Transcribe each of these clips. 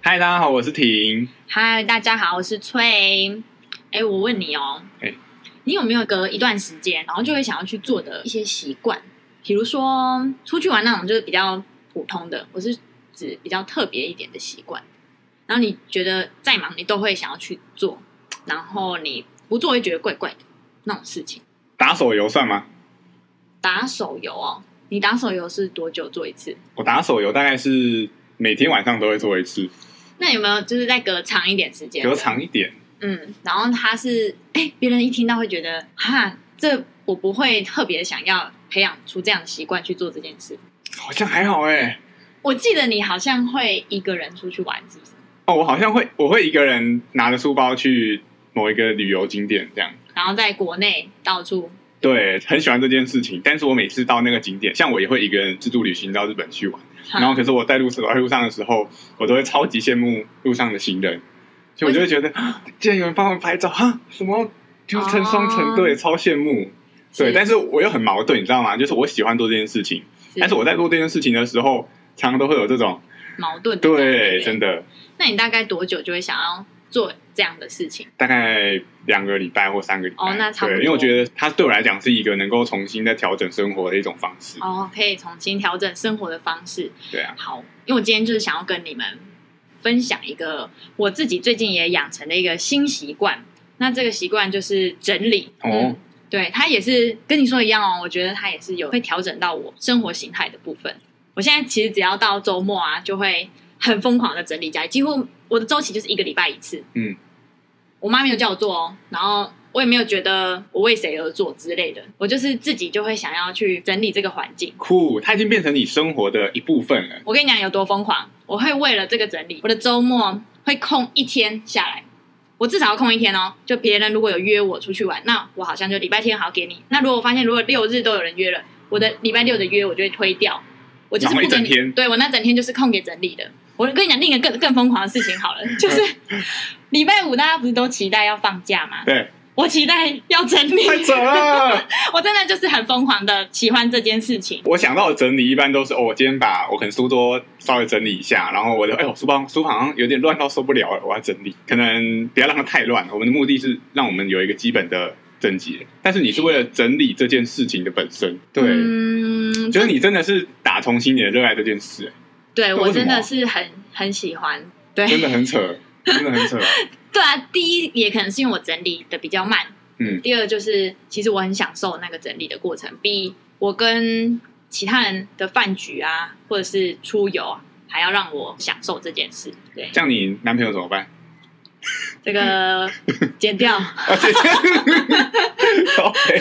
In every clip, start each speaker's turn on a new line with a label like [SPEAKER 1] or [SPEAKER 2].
[SPEAKER 1] 嗨，大家好，我是婷。
[SPEAKER 2] 嗨，大家好，我是翠。哎，我问你哦，
[SPEAKER 1] 哎
[SPEAKER 2] 你有没有隔一段时间，然后就会想要去做的一些习惯？比如说出去玩那种，就是比较普通的，我是指比较特别一点的习惯。然后你觉得再忙，你都会想要去做，然后你不做会觉得怪怪的那种事情。
[SPEAKER 1] 打手游算吗？
[SPEAKER 2] 打手游哦，你打手游是多久做一次？
[SPEAKER 1] 我打手游大概是每天晚上都会做一次，
[SPEAKER 2] 那有没有就是再隔长一点时间？
[SPEAKER 1] 隔长一点。
[SPEAKER 2] 嗯，然后他是哎，别人一听到会觉得哈，这我不会特别想要培养出这样的习惯去做这件事。
[SPEAKER 1] 好像还好哎、
[SPEAKER 2] 我记得你好像会一个人出去玩，是不是？
[SPEAKER 1] 哦，我好像会，我会一个人拿着书包去某一个旅游景点这样。
[SPEAKER 2] 然后在国内到处，
[SPEAKER 1] 对，很喜欢这件事情，但是我每次到那个景点，像我也会一个人自助旅行到日本去玩，
[SPEAKER 2] 哈
[SPEAKER 1] 然后可是我在路走在路上的时候，我都会超级羡慕路上的行人，所以我就会觉得，啊竟然有人帮我拍照，哈，什么就成双成对，超羡慕。
[SPEAKER 2] 哦
[SPEAKER 1] 对，但是我又很矛盾，你知道吗？就是我喜欢做这件事情，
[SPEAKER 2] 嗯
[SPEAKER 1] 但是我在做这件事情的时候，常常都会有这种
[SPEAKER 2] 矛盾的感
[SPEAKER 1] 对，
[SPEAKER 2] 觉
[SPEAKER 1] 真的，
[SPEAKER 2] 那你大概多久就会想要做这样的事情？
[SPEAKER 1] 大概两个礼拜或三个礼拜，
[SPEAKER 2] 哦那差不多
[SPEAKER 1] 对，因为我觉得它对我来讲是一个能够重新再调整生活的一种方式。
[SPEAKER 2] 哦，可以重新调整生活的方式。
[SPEAKER 1] 对啊，
[SPEAKER 2] 好，因为我今天就是想要跟你们分享一个我自己最近也养成的一个新习惯。那这个习惯就是整理
[SPEAKER 1] 哦
[SPEAKER 2] 嗯对，它也是跟你说一样哦。我觉得它也是有会调整到我生活形态的部分。我现在其实只要到周末啊，就会很疯狂的整理家里，几乎我的周期就是一个礼拜一次。
[SPEAKER 1] 嗯，
[SPEAKER 2] 我妈没有叫我做哦，然后我也没有觉得我为谁而做之类的，我就是自己就会想要去整理这个环境。
[SPEAKER 1] 酷，它已经变成你生活的一部分了。
[SPEAKER 2] 我跟你讲有多疯狂，我会为了这个整理，我的周末会空一天下来，我至少要空一天哦。就别人如果有约我出去玩，那我好像就礼拜天好给你。那如果我发现如果六日都有人约了，我的礼拜六的约我就会推掉，我就
[SPEAKER 1] 然
[SPEAKER 2] 是
[SPEAKER 1] 后
[SPEAKER 2] 不
[SPEAKER 1] 一整
[SPEAKER 2] 整理。
[SPEAKER 1] 天
[SPEAKER 2] 对我那整天就是空给整理的。我跟你讲另一个更更疯狂的事情好了，就是礼拜五大家不是都期待要放假吗？
[SPEAKER 1] 对，啊
[SPEAKER 2] 我期待要整理，
[SPEAKER 1] 太扯 了！
[SPEAKER 2] 我真的就是很疯狂的喜欢这件事情。
[SPEAKER 1] 我想到的整理一般都是，哦，我今天把我可能书桌稍微整理一下，然后我的，哎呦，书包书房好像有点乱到受不了了，我要整理。可能不要让它太乱，我们的目的是让我们有一个基本的整洁。但是你是为了整理这件事情的本身，对，
[SPEAKER 2] 嗯，
[SPEAKER 1] 就是你真的是打从心里的热爱这件事，
[SPEAKER 2] 对我
[SPEAKER 1] 为什
[SPEAKER 2] 真
[SPEAKER 1] 么啊
[SPEAKER 2] 的是很很喜欢。对
[SPEAKER 1] 哎真的很扯，真的很扯。
[SPEAKER 2] 对啊，第一也可能是因为我整理的比较慢，
[SPEAKER 1] 嗯
[SPEAKER 2] 第二就是其实我很享受那个整理的过程，比我跟其他人的饭局啊，或者是出游啊，还要让我享受这件事。对，
[SPEAKER 1] 像你男朋友怎么 办？
[SPEAKER 2] 这 个剪掉，
[SPEAKER 1] 哦 OK，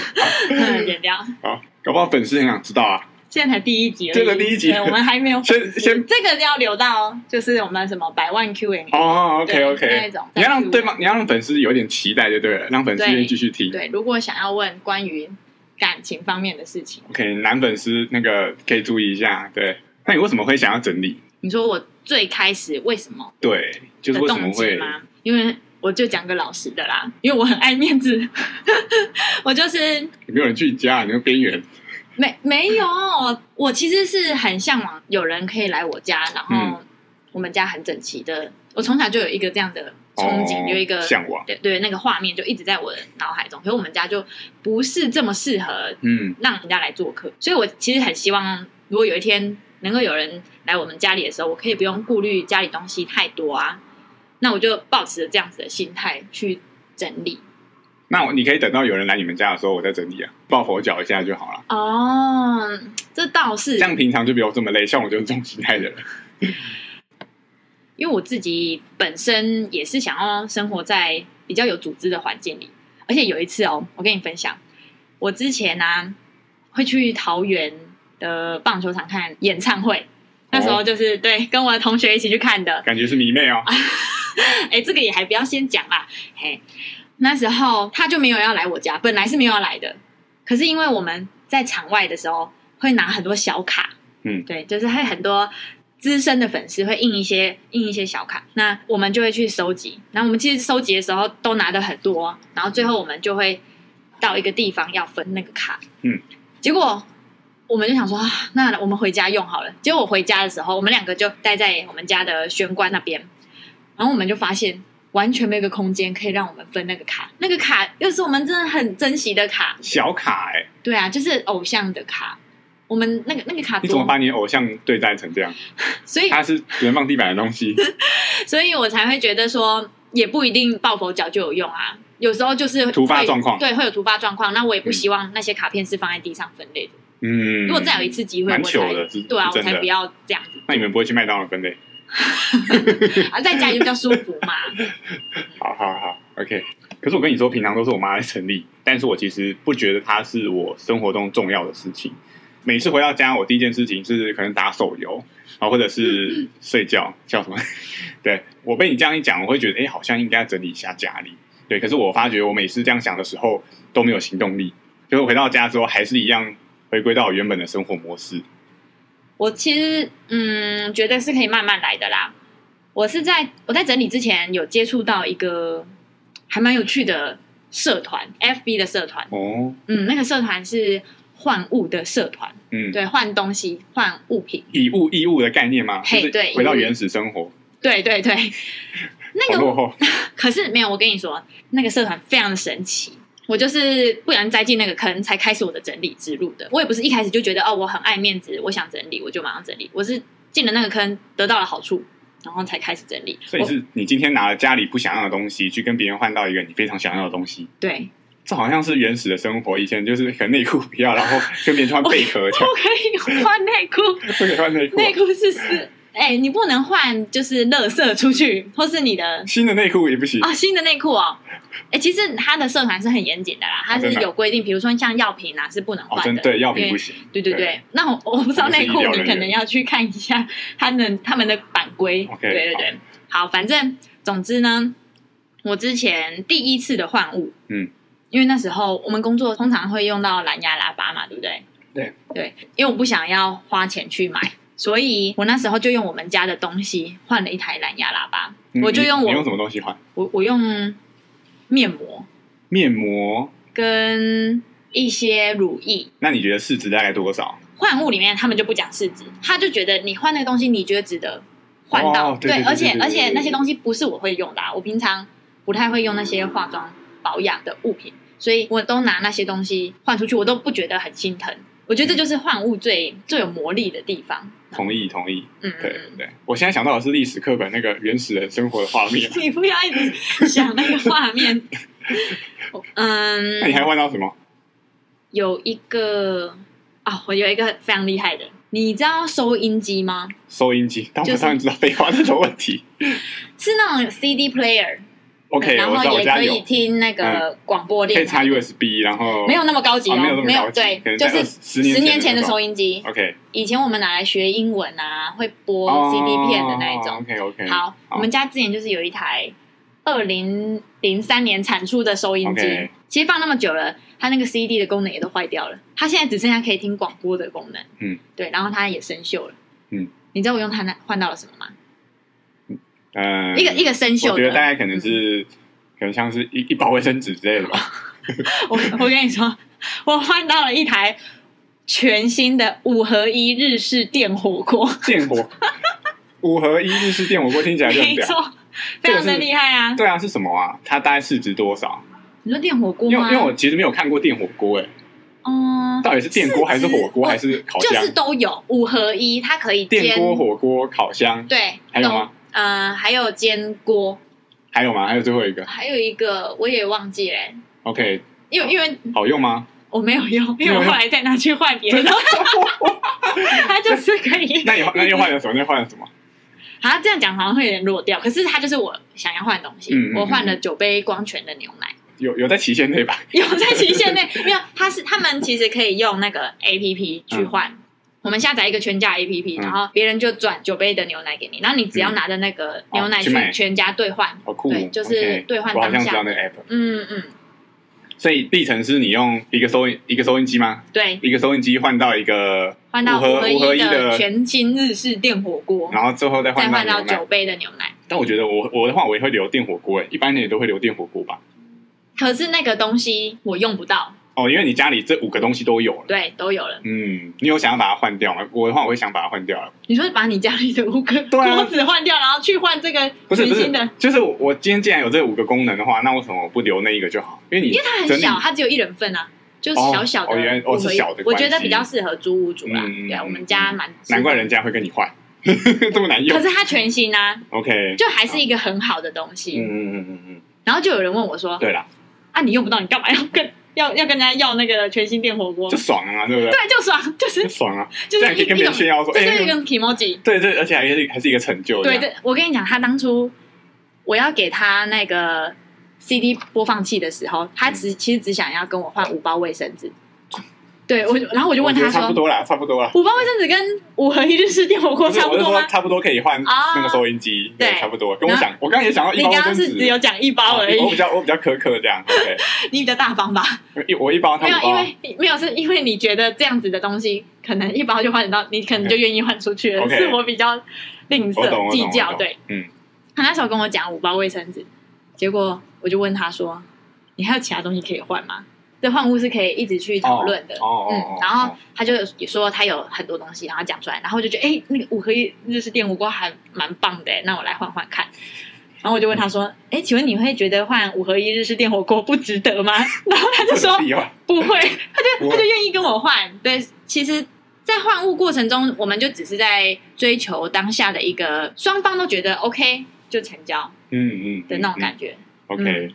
[SPEAKER 2] 嗯剪掉。
[SPEAKER 1] 好，搞不好粉丝很想知道啊。
[SPEAKER 2] 现在才第一集而已，
[SPEAKER 1] 这个第一集
[SPEAKER 2] 对我们还没 有
[SPEAKER 1] 先
[SPEAKER 2] 粉丝
[SPEAKER 1] 先
[SPEAKER 2] 这个要留到就是我们什么百万 Q&A，、
[SPEAKER 1] 哦，OK
[SPEAKER 2] 对
[SPEAKER 1] OK，
[SPEAKER 2] 那一种
[SPEAKER 1] 你要让对
[SPEAKER 2] 但
[SPEAKER 1] 方，你要让粉丝有点期待就对了，让粉丝
[SPEAKER 2] 对
[SPEAKER 1] 愿意继续听。
[SPEAKER 2] 对，如果想要问关于感情方面的事情，
[SPEAKER 1] OK，男粉丝那个可以注意一下。对，那你为什么会想要整理？
[SPEAKER 2] 你说我最开始为什么
[SPEAKER 1] 对，就是
[SPEAKER 2] 的
[SPEAKER 1] 为什么
[SPEAKER 2] 动机
[SPEAKER 1] 会
[SPEAKER 2] 吗？因为我就讲个老实的啦，因为我很爱面子， 我就是
[SPEAKER 1] 有没有人去你家，你会边缘？
[SPEAKER 2] 没没有，我其实是很向往有人可以来我家，然后
[SPEAKER 1] 嗯
[SPEAKER 2] 我们家很整齐的，我从小就有一个这样的憧憬，
[SPEAKER 1] 哦
[SPEAKER 2] 有一个
[SPEAKER 1] 向往。
[SPEAKER 2] 对对那个画面就一直在我的脑海中，可是我们家就不是这么适合
[SPEAKER 1] 嗯，
[SPEAKER 2] 让人家来做客，所以我其实很希望，如果有一天能够有人来我们家里的时候，我可以不用顾虑家里东西太多啊。那我就抱持着这样子的心态去整理。
[SPEAKER 1] 那我你可以等到有人来你们家的时候，我再整理啊，抱佛脚一下就好了。
[SPEAKER 2] 哦，这倒是
[SPEAKER 1] 这样平常就不用这么累，像我就是这种心态的人。
[SPEAKER 2] 因为我自己本身也是想要生活在比较有组织的环境里，而且有一次哦，我跟你分享，我之前呢、啊会去桃园的棒球场看演唱会，那时候
[SPEAKER 1] 哦
[SPEAKER 2] 就是、对跟我的同学一起去看的，
[SPEAKER 1] 感觉是迷妹 哦，
[SPEAKER 2] 哎，这个也还不要先讲啦。嘿，那时候他就没有要来我家，本来是没有要来的，可是因为我们在场外的时候会拿很多小卡，
[SPEAKER 1] 嗯
[SPEAKER 2] 对，就是会很多资深的粉丝会印一些印一些小卡，那我们就会去收集。然后我们其实收集的时候都拿的很多，然后最后我们就会。到一个地方要分那个卡，
[SPEAKER 1] 嗯，
[SPEAKER 2] 结果我们就想说，啊那我们回家用好了。结果我回家的时候，我们两个就待在我们家的玄关那边，然后我们就发现完全没有一个空间可以让我们分那个卡，那个卡又是我们真的很珍惜的卡，
[SPEAKER 1] 小卡哎、
[SPEAKER 2] 对啊，就是偶像的卡。我们那个那个卡
[SPEAKER 1] 你怎么啊
[SPEAKER 2] 多，
[SPEAKER 1] 把你偶像对待成这样？
[SPEAKER 2] 所以
[SPEAKER 1] 他是只能放地板的东西，
[SPEAKER 2] 所以我才会觉得说，也不一定抱佛脚就有用啊。有时候就是会
[SPEAKER 1] 突发状况
[SPEAKER 2] 对，会有突发状况。那我也不希望那些卡片是放在地上分类的。
[SPEAKER 1] 嗯，
[SPEAKER 2] 如果再有一次机会，
[SPEAKER 1] 蛮
[SPEAKER 2] 我才
[SPEAKER 1] 糗的，是
[SPEAKER 2] 对啊，我
[SPEAKER 1] 真
[SPEAKER 2] 才
[SPEAKER 1] 的
[SPEAKER 2] 不。要这样子
[SPEAKER 1] 那你们不会去麦当劳分类？
[SPEAKER 2] 啊，在家里就比较舒服嘛。
[SPEAKER 1] 好好好，OK。可是我跟你说，平常都是我妈在成立，但是我其实不觉得它是我生活中重要的事情。每次回到家，我第一件事情是可能打手游，然后或者是睡觉，叫什么？ 对我被你这样一讲，我会觉得哎、诶好像应该整理一下家里。对，可是我发觉我每次这样想的时候都没有行动力，就是回到家之后还是一样回归到我原本的生活模式。
[SPEAKER 2] 我其实嗯，觉得是可以慢慢来的啦。我是在我在整理之前有接触到一个还蛮有趣的社团，FB 的社团。
[SPEAKER 1] 哦，
[SPEAKER 2] 嗯，那个社团是换物的社团，
[SPEAKER 1] 嗯，
[SPEAKER 2] 对，换东西换物品。
[SPEAKER 1] 以物易物的概念嘛，就
[SPEAKER 2] 嘿
[SPEAKER 1] 是
[SPEAKER 2] 对
[SPEAKER 1] 回到
[SPEAKER 2] 以物哎
[SPEAKER 1] 原始生活，
[SPEAKER 2] 对对 对，那
[SPEAKER 1] 好
[SPEAKER 2] 个
[SPEAKER 1] 落后。
[SPEAKER 2] 可是没有，我跟你说，那个社团非常的神奇。我就是不小心栽进那个坑，才开始我的整理之路的。我也不是一开始就觉得哦，我很爱面子，我想整理，我就马上整理。我是进了那个坑，得到了好处，然后才开始整理。
[SPEAKER 1] 所以
[SPEAKER 2] 我
[SPEAKER 1] 是你今天拿了家里不想要的东西，去跟别人换到一个你非常想要的东西，
[SPEAKER 2] 对，
[SPEAKER 1] 这好像是原始的生活。以前就是可能内裤不要，然后跟别人去换贝壳，这
[SPEAKER 2] 我
[SPEAKER 1] 样
[SPEAKER 2] 可以换内裤，
[SPEAKER 1] 不可以换内裤。
[SPEAKER 2] 内裤是是，哎、你不能换，就是垃圾出去，或是 你的
[SPEAKER 1] 啊新的内裤也不行，
[SPEAKER 2] 哦，新的内裤哦。哎、其实它的社团是很严谨的啦，它是
[SPEAKER 1] 真的啊
[SPEAKER 2] 有规定，比如说像药品啊是不能
[SPEAKER 1] 哦，
[SPEAKER 2] 换
[SPEAKER 1] 真
[SPEAKER 2] 的，
[SPEAKER 1] 对，药
[SPEAKER 2] 因
[SPEAKER 1] 品
[SPEAKER 2] 为
[SPEAKER 1] 不行。
[SPEAKER 2] 对对
[SPEAKER 1] 对
[SPEAKER 2] 对，那我我不知道内裤
[SPEAKER 1] 我们是医疗，人员
[SPEAKER 2] 你可能要去看一下他们他们的版规。
[SPEAKER 1] OK，
[SPEAKER 2] 对对对，好，反正总之呢，我之前第一次的换物，
[SPEAKER 1] 嗯，
[SPEAKER 2] 因为那时候我们工作通常会用到蓝牙喇叭嘛，对不对？
[SPEAKER 1] 对
[SPEAKER 2] 对，因为我不想要花钱去买，所以我那时候就用我们家的东西换了一台蓝牙喇叭，
[SPEAKER 1] 你
[SPEAKER 2] 我就用
[SPEAKER 1] 你
[SPEAKER 2] 我
[SPEAKER 1] 你用什么东西换？
[SPEAKER 2] 我我用面膜
[SPEAKER 1] 面膜？
[SPEAKER 2] 跟一些乳液，
[SPEAKER 1] 那你觉得市值大概多少？
[SPEAKER 2] 换物里面他们就不讲市值，他就觉得你换那个东西，你觉得值得换到，
[SPEAKER 1] 哦对对对
[SPEAKER 2] 而且
[SPEAKER 1] 对对对
[SPEAKER 2] 而且
[SPEAKER 1] 对
[SPEAKER 2] 那些东西不是我会用的、啊，我平常不太会用那些化妆保养的物品，所以我都拿那些东西换出去，我都不觉得很心疼。我觉得这就是换物最最有魔力的地方。
[SPEAKER 1] 同意，同意。
[SPEAKER 2] 嗯，
[SPEAKER 1] 对对对，我现在想到的是历史课本那个原始人生活的画面。
[SPEAKER 2] 你不要一直想那个画面。 嗯，
[SPEAKER 1] 那你还换到什么？
[SPEAKER 2] 有一个啊、我有一个非常厉害的，你知道收音机吗？
[SPEAKER 1] 收音机？但
[SPEAKER 2] 就
[SPEAKER 1] 我
[SPEAKER 2] 是
[SPEAKER 1] 当然知道废话这种问题。
[SPEAKER 2] 是那种 CD player。
[SPEAKER 1] OK，
[SPEAKER 2] 然
[SPEAKER 1] 我
[SPEAKER 2] 后
[SPEAKER 1] 知道我
[SPEAKER 2] 也
[SPEAKER 1] 家
[SPEAKER 2] 可以
[SPEAKER 1] 有，
[SPEAKER 2] 听那个广播
[SPEAKER 1] 可以
[SPEAKER 2] 电
[SPEAKER 1] 插
[SPEAKER 2] 台，
[SPEAKER 1] USB，然后
[SPEAKER 2] 没有那么高级
[SPEAKER 1] 啊
[SPEAKER 2] 哦，
[SPEAKER 1] 没有那么
[SPEAKER 2] 没
[SPEAKER 1] 高
[SPEAKER 2] 有
[SPEAKER 1] 级
[SPEAKER 2] 对
[SPEAKER 1] 可能，
[SPEAKER 2] 就
[SPEAKER 1] 在20
[SPEAKER 2] 是
[SPEAKER 1] 年
[SPEAKER 2] 十年
[SPEAKER 1] 前
[SPEAKER 2] 前
[SPEAKER 1] 的
[SPEAKER 2] 的
[SPEAKER 1] 时候
[SPEAKER 2] 收音机，
[SPEAKER 1] OK。
[SPEAKER 2] 以前我们拿来学英文啊，会播
[SPEAKER 1] 哦
[SPEAKER 2] CD 片的那一种。
[SPEAKER 1] OK OK，
[SPEAKER 2] 好，我们家之前就是有一台二零零三年产出的收音机
[SPEAKER 1] OK，
[SPEAKER 2] 其实放那么久了，它那个 CD 的功能也都坏掉了，它现在只剩下可以听广播的功能。
[SPEAKER 1] 嗯，
[SPEAKER 2] 对，然后它也生锈了。
[SPEAKER 1] 嗯，
[SPEAKER 2] 你知道我用它那换到了什么吗？
[SPEAKER 1] 嗯，
[SPEAKER 2] 一个一个生锈
[SPEAKER 1] 我觉得大
[SPEAKER 2] 的。嗯
[SPEAKER 1] 概可能是，可能像是一一包卫生纸之类的吧。
[SPEAKER 2] 我我跟你说，我换到了一台全新的五合一日式电火锅，
[SPEAKER 1] 电火五合一日式电火锅听起来就很
[SPEAKER 2] 没
[SPEAKER 1] 屌。
[SPEAKER 2] 错，非常的厉害啊！
[SPEAKER 1] 对啊，是什么啊？它大概市值多少？
[SPEAKER 2] 你说电火锅
[SPEAKER 1] 因为
[SPEAKER 2] 吗？
[SPEAKER 1] 因为我其实没有看过电火锅，哎，
[SPEAKER 2] 嗯，
[SPEAKER 1] 到底是电锅还是火锅还
[SPEAKER 2] 是
[SPEAKER 1] 是烤
[SPEAKER 2] 哦就
[SPEAKER 1] 箱
[SPEAKER 2] 是？都有五合一，它可以煎
[SPEAKER 1] 电锅、火锅、烤箱，
[SPEAKER 2] 对，
[SPEAKER 1] 还有吗
[SPEAKER 2] 都？呃，还有煎锅，
[SPEAKER 1] 还有吗？还有最后一个
[SPEAKER 2] 还有一个我也忘记了，
[SPEAKER 1] ，OK，
[SPEAKER 2] 因为因为
[SPEAKER 1] 好用吗？
[SPEAKER 2] 我没有用，因为我后来再拿去换别的， 它就是可以。
[SPEAKER 1] 那你换那又换了什么？那又换了什么？
[SPEAKER 2] 好像这样讲好像会有点弱掉，可是它就是我想要换的东西。
[SPEAKER 1] 嗯嗯嗯
[SPEAKER 2] 我换了九杯光泉的牛奶，
[SPEAKER 1] 有有在期限内吧？
[SPEAKER 2] 有在期限内，没有。它是他们其实可以用那个 A P P 去换。我们下载一个全家 A P P，
[SPEAKER 1] 嗯
[SPEAKER 2] 然后别人就转九杯的牛奶给你，然后你只要拿着那个牛奶
[SPEAKER 1] 哦去买
[SPEAKER 2] 去全家兑换。
[SPEAKER 1] 好酷，哦
[SPEAKER 2] 对就是
[SPEAKER 1] OK，
[SPEAKER 2] 兑换
[SPEAKER 1] 我好像
[SPEAKER 2] 当
[SPEAKER 1] 知
[SPEAKER 2] 下
[SPEAKER 1] 道那个 app。
[SPEAKER 2] 嗯嗯，
[SPEAKER 1] 所以历程是你用一个收音一个收音机吗？
[SPEAKER 2] 对，
[SPEAKER 1] 一个收音机换到一个
[SPEAKER 2] 换到
[SPEAKER 1] 五合
[SPEAKER 2] 合一
[SPEAKER 1] 五合一
[SPEAKER 2] 的
[SPEAKER 1] 的，
[SPEAKER 2] 全新日式电火锅，
[SPEAKER 1] 然后最后再
[SPEAKER 2] 再
[SPEAKER 1] 换
[SPEAKER 2] 换
[SPEAKER 1] 到
[SPEAKER 2] 到
[SPEAKER 1] 牛奶
[SPEAKER 2] 九。杯的牛奶。
[SPEAKER 1] 欸但我觉得我我的话我也会留电火锅，哎，一般人也都会留电火锅吧？
[SPEAKER 2] 可是那个东西我用不到，
[SPEAKER 1] 哦，因为你家里这五个东西都有了。
[SPEAKER 2] 对，都有了。
[SPEAKER 1] 嗯，你有想要把它换掉吗？我的话，我会想把它换掉了。
[SPEAKER 2] 你说把你家里的五个
[SPEAKER 1] 对啊
[SPEAKER 2] 锅子换掉，然后去换这个
[SPEAKER 1] 不是
[SPEAKER 2] 全
[SPEAKER 1] 不是
[SPEAKER 2] 新的，，
[SPEAKER 1] 就是我我今天既然有这五个功能的话，那为什么我不留那一个就好？因为你
[SPEAKER 2] 因为它很
[SPEAKER 1] 整理
[SPEAKER 2] 小，它只有一人份啊，就是小小的
[SPEAKER 1] 哦哦原来哦是小的
[SPEAKER 2] 我
[SPEAKER 1] 关系
[SPEAKER 2] 觉得比较适合租屋主啦。
[SPEAKER 1] 嗯嗯嗯
[SPEAKER 2] 对啊，我们家蛮
[SPEAKER 1] 难怪人家会跟你换， 这么难用
[SPEAKER 2] 可。是它全新啊，
[SPEAKER 1] OK，
[SPEAKER 2] 就还是一个很好的东西。
[SPEAKER 1] 嗯嗯嗯嗯嗯，
[SPEAKER 2] 然后就有人问我说
[SPEAKER 1] 对啦，：“
[SPEAKER 2] 啊，你用不到，你干嘛要跟 要要跟人家要那个全新电火锅
[SPEAKER 1] 就？”爽啊，对不对？
[SPEAKER 2] 对，就爽， 就是
[SPEAKER 1] 就爽啊，
[SPEAKER 2] 就
[SPEAKER 1] 这样
[SPEAKER 2] 是
[SPEAKER 1] 可
[SPEAKER 2] 一
[SPEAKER 1] 以跟
[SPEAKER 2] 一
[SPEAKER 1] 别
[SPEAKER 2] 种
[SPEAKER 1] 人，炫耀说，
[SPEAKER 2] 这就是
[SPEAKER 1] 哎啊
[SPEAKER 2] 一，个 emoji。
[SPEAKER 1] 对对，而且还是还是一个成就，
[SPEAKER 2] 对，
[SPEAKER 1] 这样
[SPEAKER 2] 这我跟你讲，他当初我要给他那个 CD 播放器的时候，他
[SPEAKER 1] 嗯
[SPEAKER 2] 只其实只想要跟我换五包卫生纸。对我就，然后我就问
[SPEAKER 1] 我觉
[SPEAKER 2] 他
[SPEAKER 1] 得差
[SPEAKER 2] 说
[SPEAKER 1] 不：“多啦，差不多啦。啊
[SPEAKER 2] 五包卫生纸跟五合一日式电火锅
[SPEAKER 1] 不是，
[SPEAKER 2] 差
[SPEAKER 1] 我
[SPEAKER 2] 不
[SPEAKER 1] 是
[SPEAKER 2] 多
[SPEAKER 1] 说
[SPEAKER 2] 吗？
[SPEAKER 1] 差不多可以换
[SPEAKER 2] 啊
[SPEAKER 1] 那个收音机，
[SPEAKER 2] 对
[SPEAKER 1] 差不多。跟我
[SPEAKER 2] 然后
[SPEAKER 1] 想，我刚刚也想要一
[SPEAKER 2] 你
[SPEAKER 1] 包
[SPEAKER 2] 刚
[SPEAKER 1] 卫生
[SPEAKER 2] 刚是
[SPEAKER 1] 纸，
[SPEAKER 2] 只有讲一包而已
[SPEAKER 1] 啊，我比较我比较苛刻这样，OK，
[SPEAKER 2] 你比较大方吧？
[SPEAKER 1] 一我一包，他
[SPEAKER 2] 没
[SPEAKER 1] 五
[SPEAKER 2] 有，因
[SPEAKER 1] 包
[SPEAKER 2] 为没有是因为你觉得这样子的东西，可能一包就换得到，你可能就愿意换出去了。
[SPEAKER 1] OK
[SPEAKER 2] 是我比较吝
[SPEAKER 1] 我懂
[SPEAKER 2] 啬
[SPEAKER 1] 我懂
[SPEAKER 2] 计
[SPEAKER 1] 我
[SPEAKER 2] 较，
[SPEAKER 1] 懂
[SPEAKER 2] 对，
[SPEAKER 1] 嗯。
[SPEAKER 2] 他那时候跟我讲五包卫生纸，结果我就问他说：“你还有其他东西可以换吗？”这换物是可以一直去讨论的。
[SPEAKER 1] 哦哦哦
[SPEAKER 2] 嗯
[SPEAKER 1] 哦，
[SPEAKER 2] 然后他就也说他有很多东西，然后讲出来，然后我就觉得哎、诶那个五合一日式电火锅还蛮棒的、那我来换换看。然后我就问他说：“哎、请问你会觉得换五合一日式电火锅不值得吗？”然后他就说：“
[SPEAKER 1] 例外，
[SPEAKER 2] 不会，他
[SPEAKER 1] 不会
[SPEAKER 2] 就他就愿意跟我换。对，其实，在换物过程中，我们就只是在追求当下的一个双方都觉得 OK 就成交
[SPEAKER 1] 嗯嗯嗯
[SPEAKER 2] 的那种感嗯觉。
[SPEAKER 1] ，OK，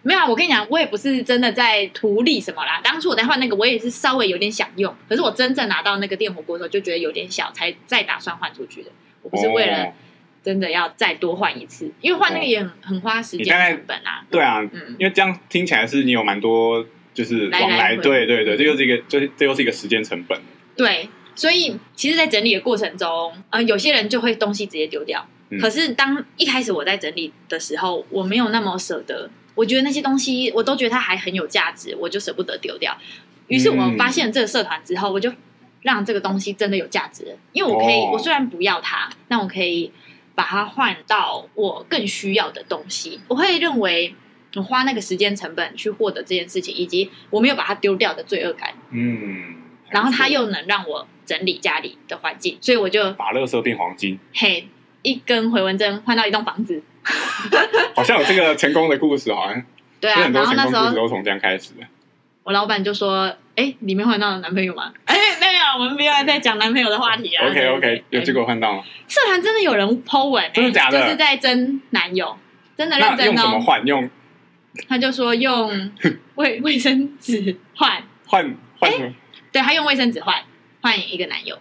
[SPEAKER 2] 没有啊，我跟你讲，我也不是真的在图利什么啦。当初我在换那个，我也是稍微有点想用，可是我真正拿到那个电火锅的时候，就觉得有点小，才再打算换出去的。我不是为了
[SPEAKER 1] 哦
[SPEAKER 2] 真的要再多换一次，因为换那个也很很花时
[SPEAKER 1] 你大
[SPEAKER 2] 间
[SPEAKER 1] 概
[SPEAKER 2] 成本啊。
[SPEAKER 1] 对啊，
[SPEAKER 2] 嗯，
[SPEAKER 1] 因为这样听起来是你有蛮多就是
[SPEAKER 2] 来
[SPEAKER 1] 往
[SPEAKER 2] 来
[SPEAKER 1] 来，
[SPEAKER 2] 回嗯
[SPEAKER 1] 对对对，这就是一个这这又是一个时间成本，
[SPEAKER 2] 对，所以其实，在整理的过程中，呃，有些人就会东西直接丢掉。
[SPEAKER 1] 嗯
[SPEAKER 2] 可是当一开始我在整理的时候，我没有那么舍得，我觉得那些东西我都觉得它还很有价值，我就舍不得丢掉。于是我
[SPEAKER 1] 嗯
[SPEAKER 2] 发现这个社团之后，我就让这个东西真的有价值了，因为我可以，
[SPEAKER 1] 哦
[SPEAKER 2] 我虽然不要它，但我可以把它换到我更需要的东西。我会认为。我花那个时间成本去获得这件事情，以及我没有把它丢掉的罪恶感，
[SPEAKER 1] 嗯，
[SPEAKER 2] 然后它又能让我整理家里的环境，所以我就
[SPEAKER 1] 把垃圾变黄金，
[SPEAKER 2] 嘿一根回纹针换到一栋房子。
[SPEAKER 1] 好像有这个成功的故事，好像
[SPEAKER 2] 对
[SPEAKER 1] 有
[SPEAKER 2] 啊，
[SPEAKER 1] 很
[SPEAKER 2] 然
[SPEAKER 1] 多
[SPEAKER 2] 后
[SPEAKER 1] 成
[SPEAKER 2] 那
[SPEAKER 1] 功故
[SPEAKER 2] 时
[SPEAKER 1] 事哦
[SPEAKER 2] 候
[SPEAKER 1] 都从这样开始的。
[SPEAKER 2] 我老板就说：“哎，里面换到了男朋友吗？”哎，没有，我们不要再讲男朋友的话题啊。
[SPEAKER 1] OK OK，有结
[SPEAKER 2] 果。
[SPEAKER 1] 果换到吗？
[SPEAKER 2] 社团真的有人 po 文欸，
[SPEAKER 1] 真的假的
[SPEAKER 2] 就是在争男友，真的认
[SPEAKER 1] 那
[SPEAKER 2] 真
[SPEAKER 1] 用什么
[SPEAKER 2] 哦。
[SPEAKER 1] 换？用
[SPEAKER 2] 他就说用卫卫生纸换，
[SPEAKER 1] 换换什么？
[SPEAKER 2] 对他用卫生纸换换一个男友，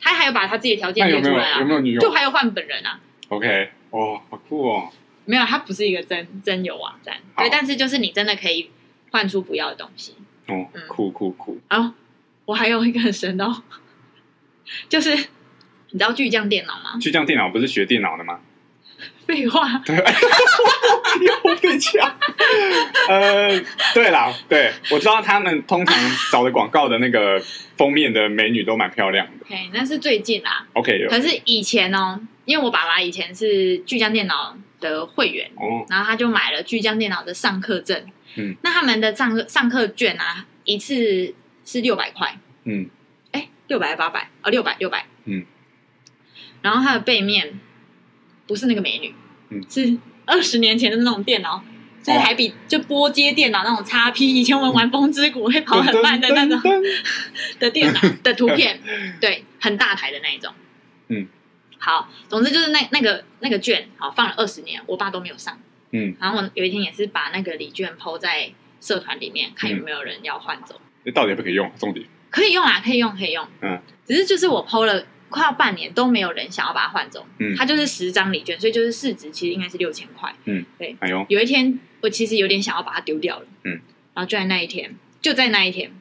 [SPEAKER 2] 他还有把他自己的条件
[SPEAKER 1] 那有没
[SPEAKER 2] 列出
[SPEAKER 1] 有
[SPEAKER 2] 来
[SPEAKER 1] 有
[SPEAKER 2] 啊，
[SPEAKER 1] 没有女
[SPEAKER 2] 就
[SPEAKER 1] 友
[SPEAKER 2] 还有换本人啊。
[SPEAKER 1] ？OK，哦，好酷哦。
[SPEAKER 2] 没有，它不是一个真真有网站，
[SPEAKER 1] 好
[SPEAKER 2] 对，但是就是你真的可以换出不要的东西。
[SPEAKER 1] 哦
[SPEAKER 2] 嗯，
[SPEAKER 1] 酷酷酷！
[SPEAKER 2] 然后我还有一个很神的哦， 就是你知道巨匠电脑吗？
[SPEAKER 1] 巨匠电脑不是学电脑的吗？
[SPEAKER 2] 废话，
[SPEAKER 1] 对，又被抢。呃，对啦，对，我知道他们通常找的广告的那个封面的美女都蛮漂亮的。
[SPEAKER 2] 嘿，那是最近啦。
[SPEAKER 1] OK，有
[SPEAKER 2] 可是以前哦，因为我爸爸以前是巨匠电脑的会员，
[SPEAKER 1] 哦，
[SPEAKER 2] 然后他就买了巨匠电脑的上课证。
[SPEAKER 1] 嗯，
[SPEAKER 2] 那他们的上课上课券啊，一次是六百块。
[SPEAKER 1] 嗯，
[SPEAKER 2] 哎，六百八百哦，六百六百，
[SPEAKER 1] 嗯，
[SPEAKER 2] 然后它的背面不是那个美女，
[SPEAKER 1] 嗯
[SPEAKER 2] 是二十年前的那种电脑，就是
[SPEAKER 1] 哦
[SPEAKER 2] 还比、就波接电脑那种叉 P，以前我们玩风之谷会跑很慢的那
[SPEAKER 1] 嗯
[SPEAKER 2] 种
[SPEAKER 1] 噔噔噔
[SPEAKER 2] 的电脑的图片，对，很大台的那一种，
[SPEAKER 1] 嗯，
[SPEAKER 2] 好，总之就是那那个那个卷，好放了二十年，我爸都没有上，
[SPEAKER 1] 嗯，
[SPEAKER 2] 然后我有一天也是把那个礼卷抛在社团里面，看有没有人要换走。
[SPEAKER 1] 这到底可不可以用？重点
[SPEAKER 2] 可以用啦，可以用，可以用。
[SPEAKER 1] 嗯，
[SPEAKER 2] 只是就是我抛了快要半年都没有人想要把它换走，
[SPEAKER 1] 嗯
[SPEAKER 2] 它就是十张礼券，所以就是市值其实应该是六千块。
[SPEAKER 1] 哎呦，
[SPEAKER 2] 有一天我其实有点想要把它丢掉了，
[SPEAKER 1] 嗯，
[SPEAKER 2] 然后就在那一天，就在那一天，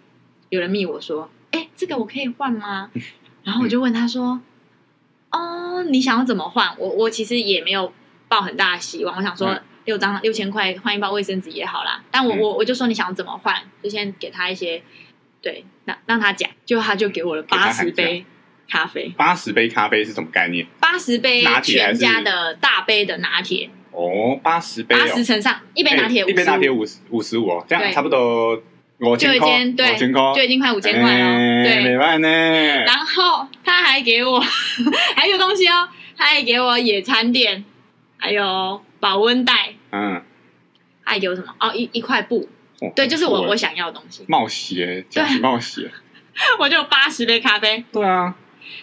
[SPEAKER 2] 有人密我说：“哎、这个我可以换吗？” 然后我就问他说：“哦，你想要怎么换？”我我其实也没有抱很大的希望，我想说
[SPEAKER 1] 嗯
[SPEAKER 2] 六张六千块换一包卫生纸也好啦。但我
[SPEAKER 1] 嗯
[SPEAKER 2] 我我就说你想怎么换，就先给他一些对，让让他讲，就他就给我了
[SPEAKER 1] 他
[SPEAKER 2] 八
[SPEAKER 1] 喊
[SPEAKER 2] 十杯咖啡，
[SPEAKER 1] 八十杯咖啡是什么概念？
[SPEAKER 2] 八十杯
[SPEAKER 1] 拿铁还
[SPEAKER 2] 全
[SPEAKER 1] 是
[SPEAKER 2] 家的大杯的拿铁。
[SPEAKER 1] 哦，八十杯
[SPEAKER 2] 八
[SPEAKER 1] 哦
[SPEAKER 2] 十，乘上一杯拿铁
[SPEAKER 1] 哎一杯拿铁
[SPEAKER 2] 55
[SPEAKER 1] 五十五十五哦，这样
[SPEAKER 2] 对
[SPEAKER 1] 差不多五
[SPEAKER 2] 就
[SPEAKER 1] 千
[SPEAKER 2] 已
[SPEAKER 1] 块，
[SPEAKER 2] 经对
[SPEAKER 1] 五千块，哎
[SPEAKER 2] 就已经快五千块了，啊对。
[SPEAKER 1] 没办呢。
[SPEAKER 2] 然后他还给我 还有东西哦，他还给我野餐垫，还有保温袋，
[SPEAKER 1] 嗯，
[SPEAKER 2] 他还给我什么？哦，一一块布，
[SPEAKER 1] 哦
[SPEAKER 2] 对，就是我
[SPEAKER 1] 不错
[SPEAKER 2] 我啊想要的东西。
[SPEAKER 1] 冒险，讲起冒险，
[SPEAKER 2] 我就八十杯咖啡，
[SPEAKER 1] 对啊。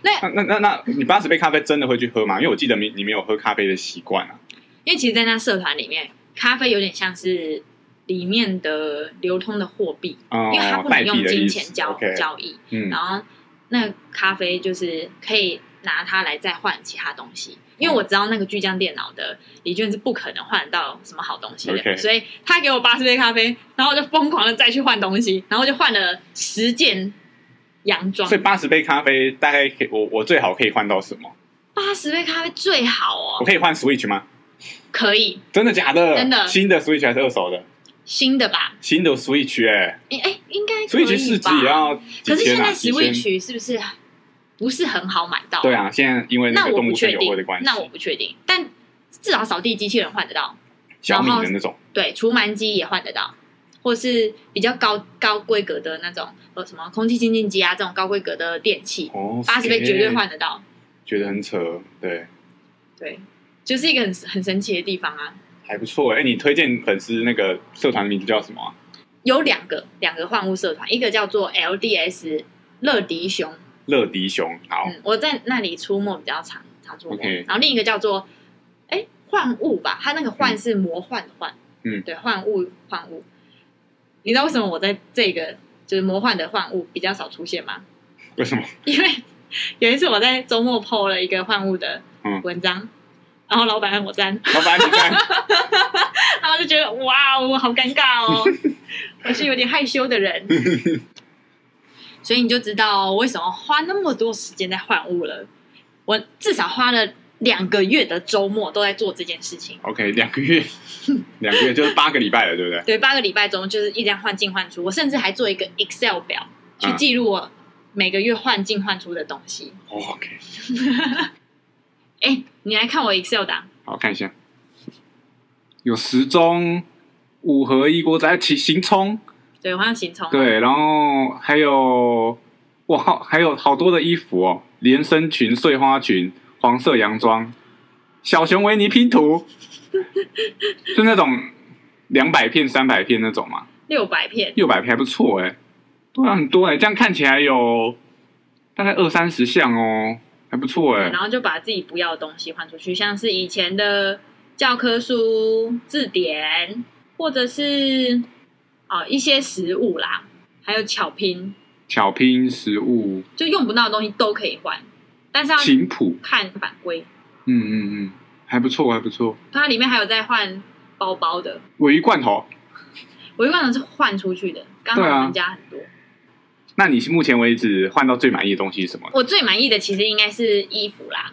[SPEAKER 2] 那
[SPEAKER 1] 那那那，你八十杯咖啡真的会去喝吗？因为我记得你你没有喝咖啡的习惯啊。
[SPEAKER 2] 因为其实，在那社团里面，咖啡有点像是里面的流通的货币，
[SPEAKER 1] 哦
[SPEAKER 2] 因为它不能
[SPEAKER 1] 代币
[SPEAKER 2] 用
[SPEAKER 1] 的
[SPEAKER 2] 金
[SPEAKER 1] 意思
[SPEAKER 2] 钱交
[SPEAKER 1] OK，
[SPEAKER 2] 交易，
[SPEAKER 1] 嗯
[SPEAKER 2] 然后那咖啡就是可以拿它来再换其他东西。因为我知道那个巨匠电脑的礼券是不可能换到什么好东西的
[SPEAKER 1] OK
[SPEAKER 2] 所以他给我八十杯咖啡，然后我就疯狂的再去换东西，然后就换了十件洋装
[SPEAKER 1] 所。以八十杯咖啡大概可以，我我最好可以换到什
[SPEAKER 2] 哦
[SPEAKER 1] 么？
[SPEAKER 2] 八十杯咖啡最好
[SPEAKER 1] 我
[SPEAKER 2] 哦，
[SPEAKER 1] 可以换 Switch 吗？
[SPEAKER 2] 可以
[SPEAKER 1] 真的假的？
[SPEAKER 2] 真的
[SPEAKER 1] 新的 Switch 还是二手的？
[SPEAKER 2] 新的吧？
[SPEAKER 1] 新的 Switch 哎、
[SPEAKER 2] 哎、哎，应该可以吧
[SPEAKER 1] Switch 市集也要几
[SPEAKER 2] 可是现
[SPEAKER 1] 千啊？
[SPEAKER 2] 在
[SPEAKER 1] 几千
[SPEAKER 2] Switch 是不是不是很好买到？
[SPEAKER 1] 对，啊，现在因为
[SPEAKER 2] 那
[SPEAKER 1] 个
[SPEAKER 2] 我
[SPEAKER 1] 动
[SPEAKER 2] 不
[SPEAKER 1] 物森
[SPEAKER 2] 确
[SPEAKER 1] 友
[SPEAKER 2] 定
[SPEAKER 1] 会的关，系，
[SPEAKER 2] 那我不确定，但至少扫地机器人换得到，
[SPEAKER 1] 小米
[SPEAKER 2] 然后
[SPEAKER 1] 的那种，
[SPEAKER 2] 对，除螨机也换得到，或是比较高高规格的那种，呃，什么空气清净机啊这种高规格的电器，
[SPEAKER 1] 哦，
[SPEAKER 2] 八十倍绝对
[SPEAKER 1] 谁
[SPEAKER 2] 换得到。
[SPEAKER 1] 觉得很扯，对，
[SPEAKER 2] 对，就是一个很很神奇的地方啊。
[SPEAKER 1] 还不错哎、你推荐粉丝那个社团名字叫什么、啊？
[SPEAKER 2] 有两个两个换物社团，一个叫做 LDS 乐迪熊，
[SPEAKER 1] 乐迪熊，好，
[SPEAKER 2] 嗯，我在那里出没比较常常出没
[SPEAKER 1] OK
[SPEAKER 2] 然后另一个叫做哎幻物吧，它那个幻是魔幻的幻，
[SPEAKER 1] 嗯
[SPEAKER 2] 对，幻物幻物。你知道为什么我在这个就是魔幻的幻物比较少出现吗？
[SPEAKER 1] 为什么？
[SPEAKER 2] 因为 有一次我在周末 PO 了一个幻物的
[SPEAKER 1] 嗯
[SPEAKER 2] 文章，然后老板按我赞，
[SPEAKER 1] 老板，你看，
[SPEAKER 2] 然后就觉得哇，我好尴尬 哦，我是有点害羞的人，所以你就知道为什么花那么多时间在换物了。我至少花了两个月的周末都在做这件事情，
[SPEAKER 1] OK，两个月， 两个月就是八个礼拜了，对不对？
[SPEAKER 2] 对，八个礼拜中就是一直这样换进换出，我甚至还做一个 Excel 表去
[SPEAKER 1] 嗯
[SPEAKER 2] 记录我每个月换进换出的东西。
[SPEAKER 1] 哦 OK，
[SPEAKER 2] 哎、你来看我 Excel 档，
[SPEAKER 1] 好看一下，有时钟、五合一锅仔、起行冲，
[SPEAKER 2] 对我换行充，
[SPEAKER 1] 对，然后还有哇靠，还有好多的衣服哦，连身裙、碎花裙、黄色洋装、小熊维尼拼 图，就那种两百片、三百片那种嘛，
[SPEAKER 2] 六百片，
[SPEAKER 1] 六百片还不错哎、对啊，很多哎、这样看起来有大概二三十项哦，还不错哎、
[SPEAKER 2] 然后就把自己不要的东西换出去，像是以前的教科书、字典，或者是哦一些食物啦，还有巧拼，
[SPEAKER 1] 巧拼食物、
[SPEAKER 2] 就用不到的东西都可以换，但是要
[SPEAKER 1] 琴谱，
[SPEAKER 2] 看版规。
[SPEAKER 1] 嗯嗯嗯，还不错，还不错。
[SPEAKER 2] 它里面还有在换包包的，
[SPEAKER 1] 尾鱼罐头，
[SPEAKER 2] 我一般都是换出去的，刚好
[SPEAKER 1] 对啊
[SPEAKER 2] 我们家很多。
[SPEAKER 1] 那你目前为止换到最满意的东西是什么？
[SPEAKER 2] 我最满意的其实应该是衣服啦，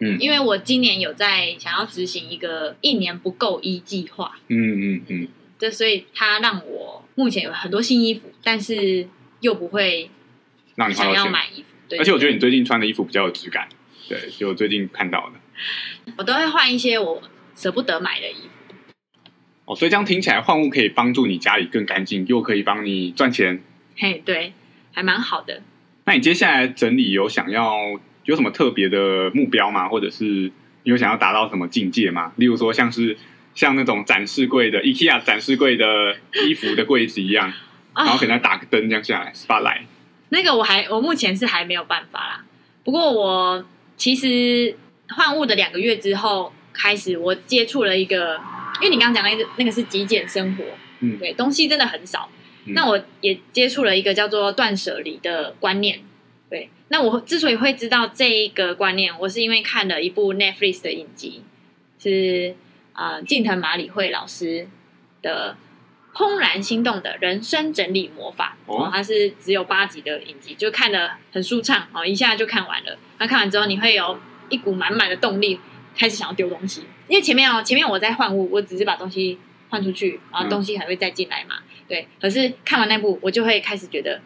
[SPEAKER 1] 嗯
[SPEAKER 2] 因为我今年有在想要执行一个一年不够一计划，
[SPEAKER 1] 嗯嗯嗯，
[SPEAKER 2] 这所以它让我目前有很多新衣服，但是又不会
[SPEAKER 1] 让你换
[SPEAKER 2] 想
[SPEAKER 1] 到
[SPEAKER 2] 要
[SPEAKER 1] 钱。
[SPEAKER 2] 买衣服。对，
[SPEAKER 1] 而且我觉得你最近穿的衣服比较有质感，对，就我最近看到的。
[SPEAKER 2] 我都会换一些我舍不得买的衣服。
[SPEAKER 1] 哦，所以这样听起来，换物可以帮助你家里更干净，又可以帮你赚钱。
[SPEAKER 2] 嘿，对，还蛮好的。
[SPEAKER 1] 那你接下来整理有想要有什么特别的目标吗？或者是你有想要达到什么境界吗？例如说，像是像那种展示柜的 IKEA 展示柜的衣服的柜子一样，然后
[SPEAKER 2] 啊
[SPEAKER 1] 可，能要打个灯这样下来，spotlight。
[SPEAKER 2] 那个我还我目前是还没有办法啦。不过我其实换物的两个月之后开始，我接触了一个，因为你刚刚讲的那个那个是极简生活，
[SPEAKER 1] 嗯
[SPEAKER 2] 对，东西真的很少。
[SPEAKER 1] 嗯
[SPEAKER 2] 那我也接触了一个叫做断舍离的观念，对。那我之所以会知道这一个观念，我是因为看了一部 Netflix 的影集，是啊近藤麻里惠老师的《怦然心动的人生整理魔法》
[SPEAKER 1] 哦
[SPEAKER 2] 它是只有八集的影集，就看的很舒畅哦，一下就看完了。那看完之后，你会有一股满满的动力，开始想要丢东西，因为前面哦，前面我在换物，我只是把东西换出去，然后
[SPEAKER 1] 嗯
[SPEAKER 2] 东西还会再进来嘛。对，可是看完那部，我就会开始觉得，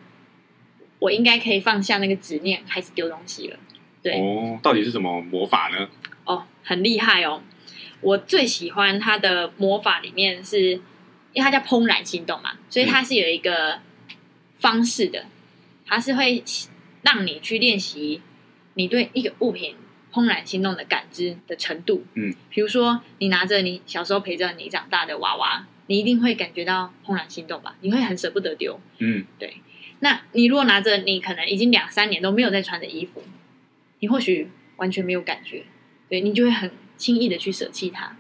[SPEAKER 2] 我应该可以放下那个执念，开始丢东西了。对
[SPEAKER 1] 哦，到底是什么魔法呢？
[SPEAKER 2] 哦，很厉害哦。我最喜欢它的魔法里面是，因为它叫怦然心动嘛，所以它是有一个方式的，它是会让你去练习你对一个物品怦然心动的感知的程度。
[SPEAKER 1] 嗯，
[SPEAKER 2] 比如说你拿着你小时候陪着你长大的娃娃，你一定会感觉到怦然心动吧？你会很舍不得丢。
[SPEAKER 1] 嗯，
[SPEAKER 2] 那你如果拿着你可能已经两三年都没有在穿的衣服，你或许完全没有感觉，对你就会很轻易的去舍弃它。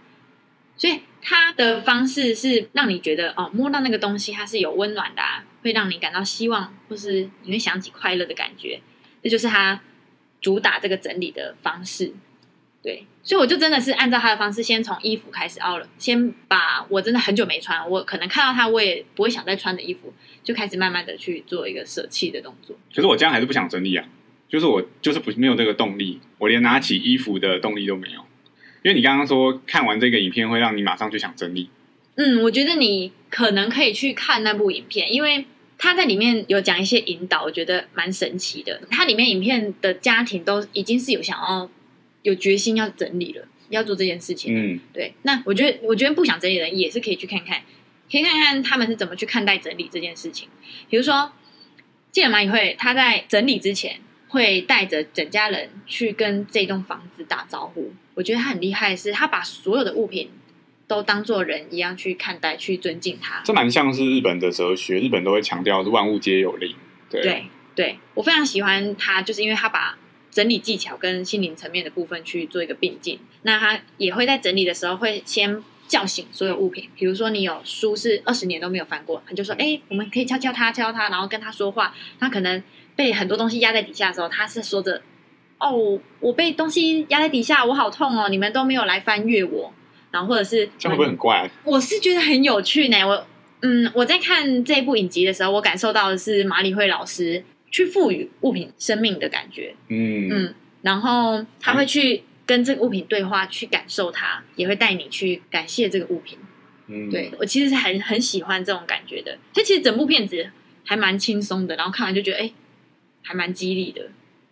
[SPEAKER 2] 所以它的方式是让你觉得哦，摸到那个东西它是有温暖的、啊，会让你感到希望，或是你会想起快乐的感觉。这就是它主打这个整理的方式。对，所以我就真的是按照他的方式，先从衣服开始哦，先把我真的很久没穿，我可能看到它我也不会想再穿的衣服，就开始慢慢的去做一个舍弃的动作。
[SPEAKER 1] 可是我这样还是不想整理啊，就是我就是不没有这个动力，我连拿起衣服的动力都没有。因为你刚刚说看完这个影片会让你马上就想整理，
[SPEAKER 2] 嗯，我觉得你可能可以去看那部影片，因为它在里面有讲一些引导，我觉得蛮神奇的。它里面影片的家庭都已经是有想要有决心要整理了，要做这件事情。
[SPEAKER 1] 嗯，
[SPEAKER 2] 对，那我觉得，我觉得不想整理的人也是可以去看看，可以看看他们是怎么去看待整理这件事情。比如说，见蚂蚁会，他在整理之前会带着整家人去跟这栋房子打招呼。我觉得他很厉害的是，他把所有的物品都当做人一样去看待，去尊敬他。
[SPEAKER 1] 这蛮像是日本的哲学，日本都会强调是万物皆有灵，对，
[SPEAKER 2] 对对，我非常喜欢他，就是因为他把整理技巧跟心灵层面的部分去做一个并进。那他也会在整理的时候会先叫醒所有物品，比如说你有书是二十年都没有翻过，他就说：“哎、我们可以敲敲它，敲敲它，然后跟他说话。”他可能被很多东西压在底下的时候，他是说着：“哦，我被东西压在底下，我好痛哦，你们都没有来翻阅我。”然后或者是
[SPEAKER 1] 这样会不会很怪、啊？
[SPEAKER 2] 我是觉得很有趣呢。我嗯，我在看这部影集的时候，我感受到的是马里会老师去赋予物品生命的感觉。
[SPEAKER 1] 嗯
[SPEAKER 2] 嗯，然后他会去跟这个物品对话，去感受它，也会带你去感谢这个物品。
[SPEAKER 1] 嗯，
[SPEAKER 2] 对我其实是很很喜欢这种感觉的。所以其实整部片子还蛮轻松的，然后看完就觉得哎、还蛮激励的。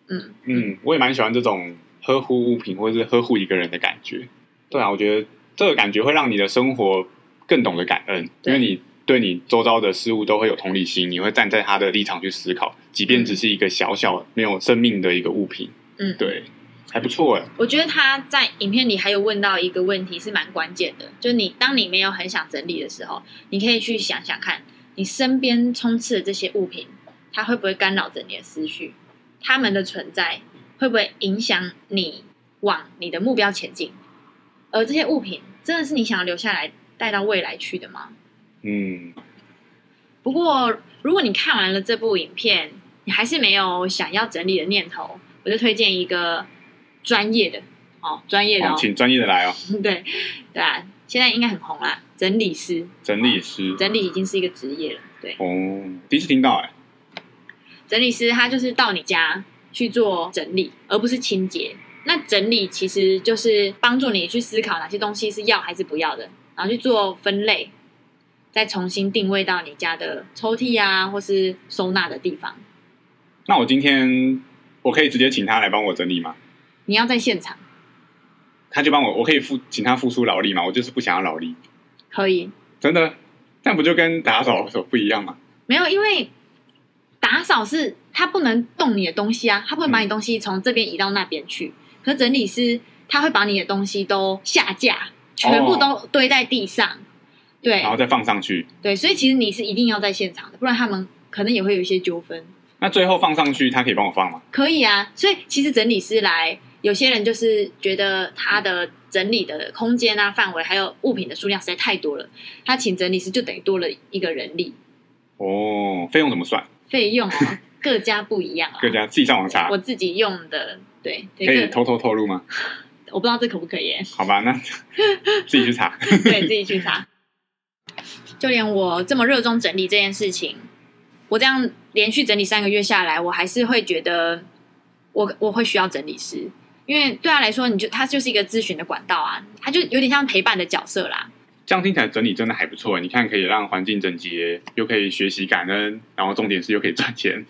[SPEAKER 2] 嗯，
[SPEAKER 1] 嗯，我也蛮喜欢这种呵护物品或者是呵护一个人的感觉。对啊，我觉得这个感觉会让你的生活更懂得感恩，因
[SPEAKER 2] 对
[SPEAKER 1] 为你对你周遭的事物都会有同理心，你会站在他的立场去思考，即便只是一个小小没有生命的一个物品。
[SPEAKER 2] 嗯
[SPEAKER 1] 对，还不错哎。
[SPEAKER 2] 我觉得他在影片里还有问到一个问题是蛮关键的，就是你当你没有很想整理的时候，你可以去想想看，你身边充斥的这些物品，它会不会干扰着你的思绪？它们的存在会不会影响你往你的目标前进？而这些物品真的是你想要留下来带到未来去的吗？
[SPEAKER 1] 嗯，
[SPEAKER 2] 不过，如果你看完了这部影片，你还是没有想要整理的念头，我就推荐一个专业的哦，专业的、
[SPEAKER 1] 好，
[SPEAKER 2] 哦，
[SPEAKER 1] 请专业的来哦，
[SPEAKER 2] 对对啊，现在应该很红啦，整理师，
[SPEAKER 1] 整理师。
[SPEAKER 2] 整理已经是一个职业了。对，
[SPEAKER 1] 哦，第一次听到哎。
[SPEAKER 2] 整理师他就是到你家去做整理，而不是清洁。那整理其实就是帮助你去思考哪些东西是要还是不要的，然后去做分类，再重新定位到你家的抽屉啊，或是收纳的地方。
[SPEAKER 1] 那我今天我可以直接请他来帮我整理吗？
[SPEAKER 2] 你要在现场
[SPEAKER 1] 他就帮我，我可以付请他付出劳力吗？我就是不想要劳力，
[SPEAKER 2] 可以，
[SPEAKER 1] 真的。但不就跟打扫手不一样吗？
[SPEAKER 2] 没有，因为打扫是他不能动你的东西啊，他不能把你东西从这边移到那边去。可整理师他会把你的东西都下架，全部都堆在地上。对
[SPEAKER 1] 然后再放上去，
[SPEAKER 2] 对，所以其实你是一定要在现场的，不然他们可能也会有一些纠纷。
[SPEAKER 1] 那最后放上去，他可以帮我放吗？
[SPEAKER 2] 可以啊，所以其实整理师来，有些人就是觉得他的整理的空间啊、范围还有物品的数量实在太多了，他请整理师就等于多了一个人力。
[SPEAKER 1] 哦，费用怎么算？
[SPEAKER 2] 费用哦，各家不一样啊。
[SPEAKER 1] 各家自己上网查，
[SPEAKER 2] 我
[SPEAKER 1] 可
[SPEAKER 2] 自己用的，对，这
[SPEAKER 1] 以
[SPEAKER 2] 个
[SPEAKER 1] 偷偷透露吗？
[SPEAKER 2] 我不知道这可不可 以耶，
[SPEAKER 1] 好 吧，那自己去查。
[SPEAKER 2] 对自己去查。就连我这么热衷整理这件事情，我这样连续整理三个月下来，我还是会觉得我我会需要整理师，因为对他来说，你就他就是一个咨询的管道啊，他就有点像陪伴的角色啦。
[SPEAKER 1] 这样听起来整理真的还不错，你看可以让环境整洁，又可以学习感恩，然后重点是又可以赚钱。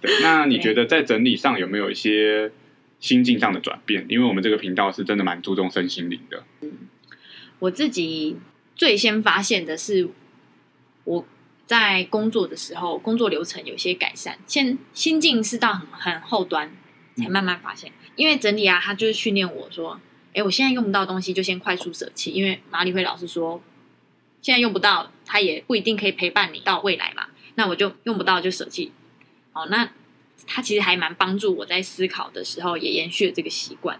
[SPEAKER 1] 对，那你
[SPEAKER 2] 对
[SPEAKER 1] 觉得在整理上有没有一些心境上的转变？因为我们这个频道是真的蛮注重身心灵的。
[SPEAKER 2] 我自己最先发现的是，我在工作的时候，工作流程有些改善。现心境是到很很后端才慢慢发现，因为整理啊，他就是训练我说，哎，我现在用不到的东西就先快速舍弃，因为马里会老师说，现在用不到，他也不一定可以陪伴你到未来嘛。那我就用不到就舍弃。哦，那他其实还蛮帮助我在思考的时候也延续了这个习惯。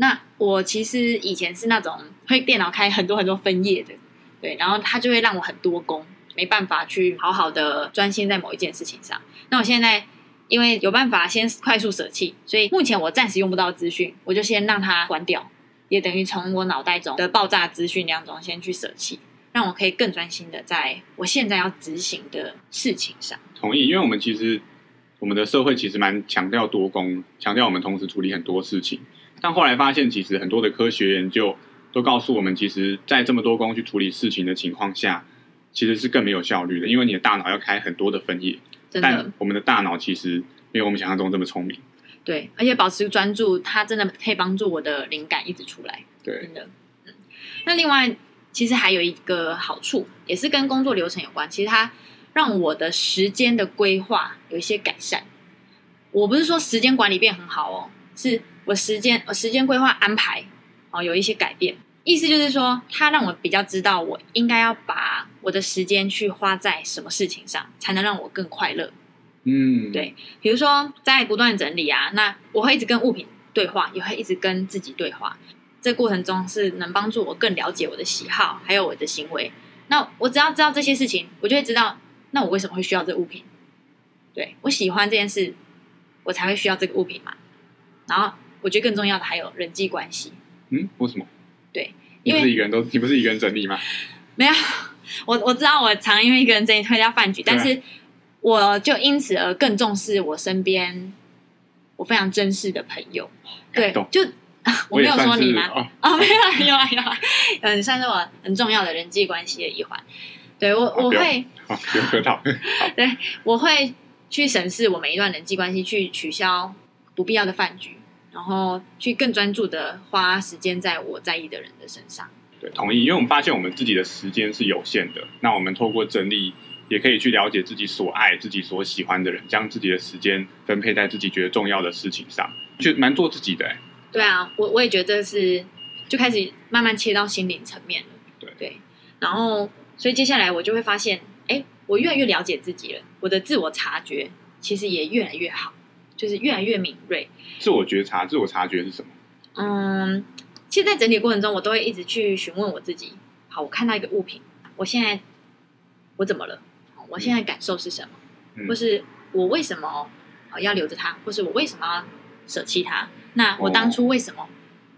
[SPEAKER 2] 那我其实以前是那种会电脑开很多很多分页的，对，然后它就会让我很多工，没办法去好好的专心在某一件事情上。那我现在因为有办法先快速舍弃，所以目前我暂时用不到资讯，我就先让它关掉，也等于从我脑袋中的爆炸资讯量中先去舍弃，让我可以更专心的在我现在要执行的事情上。
[SPEAKER 1] 同意，因为我们其实我们的社会其实蛮强调多工，强调我们同时处理很多事情。但后来发现，其实很多的科学研究都告诉我们，其实，在这么多工去处理事情的情况下，其实是更没有效率的，因为你的大脑要开很多的分页。
[SPEAKER 2] 真的
[SPEAKER 1] 但，我们的大脑其实没有我们想象中这么聪明。
[SPEAKER 2] 对，而且保持专注，它真的可以帮助我的灵感一直出来。
[SPEAKER 1] 对，
[SPEAKER 2] 真的。嗯，那另外其实还有一个好处，也是跟工作流程有关。其实它让我的时间的规划有一些改善。我不是说时间管理变很好哦，是我时间我时间规划安排哦有一些改变。意思就是说，它让我比较知道我应该要把我的时间去花在什么事情上，才能让我更快乐。
[SPEAKER 1] 嗯，
[SPEAKER 2] 对比如说在不断整理啊，那我会一直跟物品对话，也会一直跟自己对话。这过程中是能帮助我更了解我的喜好，还有我的行为。那我只要知道这些事情，我就会知道，那我为什么会需要这物品？对我喜欢这件事，我才会需要这个物品嘛。然后我觉得更重要的还有人际关系，
[SPEAKER 1] 嗯，为什么？
[SPEAKER 2] 对，
[SPEAKER 1] 你
[SPEAKER 2] 因
[SPEAKER 1] 不是
[SPEAKER 2] 为
[SPEAKER 1] 一个人都，你不是一个人整理吗？
[SPEAKER 2] 没有 我我知道我常因为一个人整理参加饭局，
[SPEAKER 1] 对啊
[SPEAKER 2] 但是我就因此而更重视我身边我非常珍视的朋友。对
[SPEAKER 1] 感动，
[SPEAKER 2] 就啊我
[SPEAKER 1] 哎我
[SPEAKER 2] 没
[SPEAKER 1] 也
[SPEAKER 2] 有说
[SPEAKER 1] 算
[SPEAKER 2] 你
[SPEAKER 1] 是
[SPEAKER 2] 吗？
[SPEAKER 1] 哦，
[SPEAKER 2] 哦，没有啦，有啊有啊，嗯，算是我很重要的人际关系的一环。对我，我
[SPEAKER 1] 不要
[SPEAKER 2] 会
[SPEAKER 1] 好，哦有 客套。
[SPEAKER 2] 我会去审视我每一段人际关系，去取消不必要的饭局，然后去更专注的花时间在我在意的人的身上。
[SPEAKER 1] 对，同意，因为我们发现我们自己的时间是有限的，那我们透过整理也可以去了解自己所爱、自己所喜欢的人，将自己的时间分配在自己觉得重要的事情上，就蛮做自己的、欸。
[SPEAKER 2] 对啊，我我也觉得这是就开始慢慢切到心灵层面了。
[SPEAKER 1] 对
[SPEAKER 2] 然后所以接下来我就会发现，哎，我越来越了解自己了，我的自我察觉其实也越来越好，就是越来越敏锐。
[SPEAKER 1] 自我觉察，自我察觉是什么？
[SPEAKER 2] 嗯，其实，在整理过程中，我都会一直去询问我自己：好，我看到一个物品，我现在我怎么了？我现在感受是什么？
[SPEAKER 1] 嗯
[SPEAKER 2] 或是我为什么呃要留着它？或是我为什么要舍弃它？那我当初为什么